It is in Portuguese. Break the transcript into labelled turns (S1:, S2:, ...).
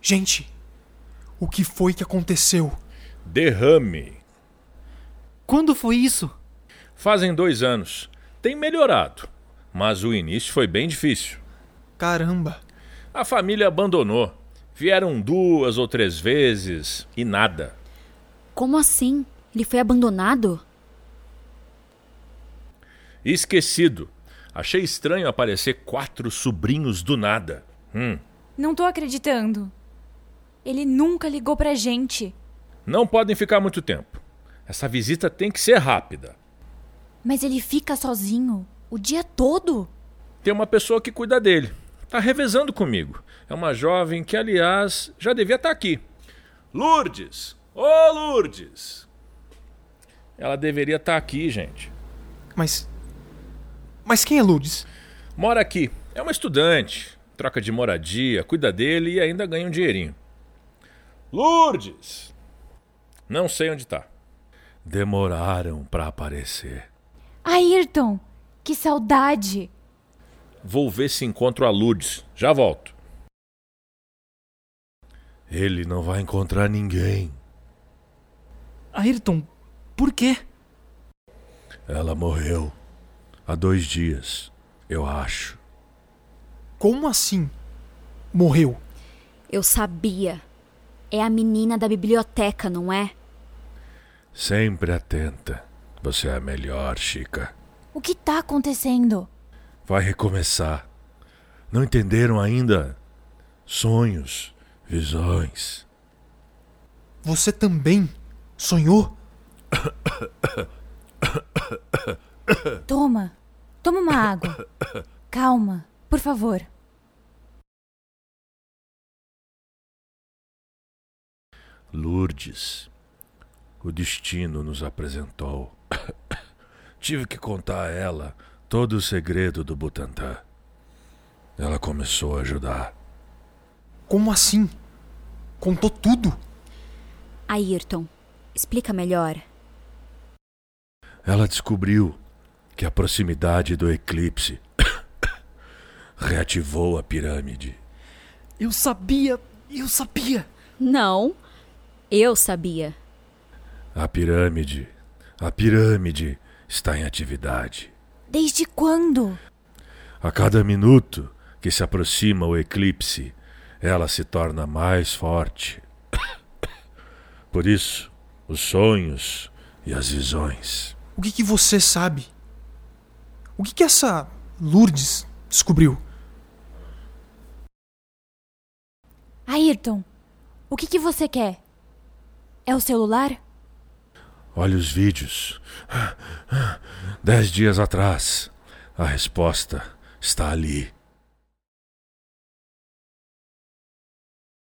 S1: Gente, o que foi que aconteceu?
S2: Derrame.
S3: Quando foi isso?
S2: Fazem dois anos. Tem melhorado, mas o início foi bem difícil.
S1: Caramba,
S2: A família abandonou. Vieram duas ou três vezes e nada.
S4: Como assim? Ele foi abandonado?
S2: Esquecido. Achei estranho aparecer quatro sobrinhos do nada. Hum,
S5: Não tô acreditando. Ele nunca ligou pra gente.
S2: não podem ficar muito tempo. Essa visita tem que ser rápida.
S5: Mas ele fica sozinho o dia todo?
S2: Tem uma pessoa que cuida dele. Tá revezando comigo. É uma jovem que, aliás, já devia estar aqui. Lourdes! Ô, Lourdes! Ela deveria estar aqui, gente.
S1: mas. Mas quem é Lourdes?
S2: Mora aqui. É uma estudante. Troca de moradia, cuida dele e ainda ganha um dinheirinho. Lourdes! Não sei onde tá. Demoraram pra aparecer.
S5: Ayrton, que saudade!
S2: Vou ver se encontro a Lourdes. Já volto. Ele não vai encontrar ninguém.
S3: Ayrton, por quê?
S2: Ela morreu. Há dois dias, eu acho.
S1: Como assim? Morreu.
S4: Eu sabia. É a menina da biblioteca, não é?
S2: Sempre atenta. Você é a melhor, Chica.
S5: O que tá acontecendo?
S2: Vai recomeçar. Não entenderam ainda? Sonhos, visões.
S1: Você também sonhou?
S5: Toma, toma uma água. Calma, por favor.
S2: Lourdes, o destino nos apresentou. Tive que contar a ela todo o segredo do Butantã. Ela começou a ajudar.
S1: Como assim? Contou tudo?
S4: Ayrton, explica melhor.
S2: Ela descobriu que a proximidade do eclipse reativou a pirâmide.
S3: Eu sabia, eu sabia.
S4: Não, eu sabia.
S2: A pirâmide, a pirâmide está em atividade.
S5: Desde quando?
S2: A cada minuto que se aproxima o eclipse, ela se torna mais forte. Por isso, os sonhos e as visões.
S1: O que, que você sabe? O que, que essa Lourdes descobriu?
S5: Ayrton, o que, que você quer? É o celular?
S2: Olhe os vídeos. Dez dias atrás, a resposta está ali.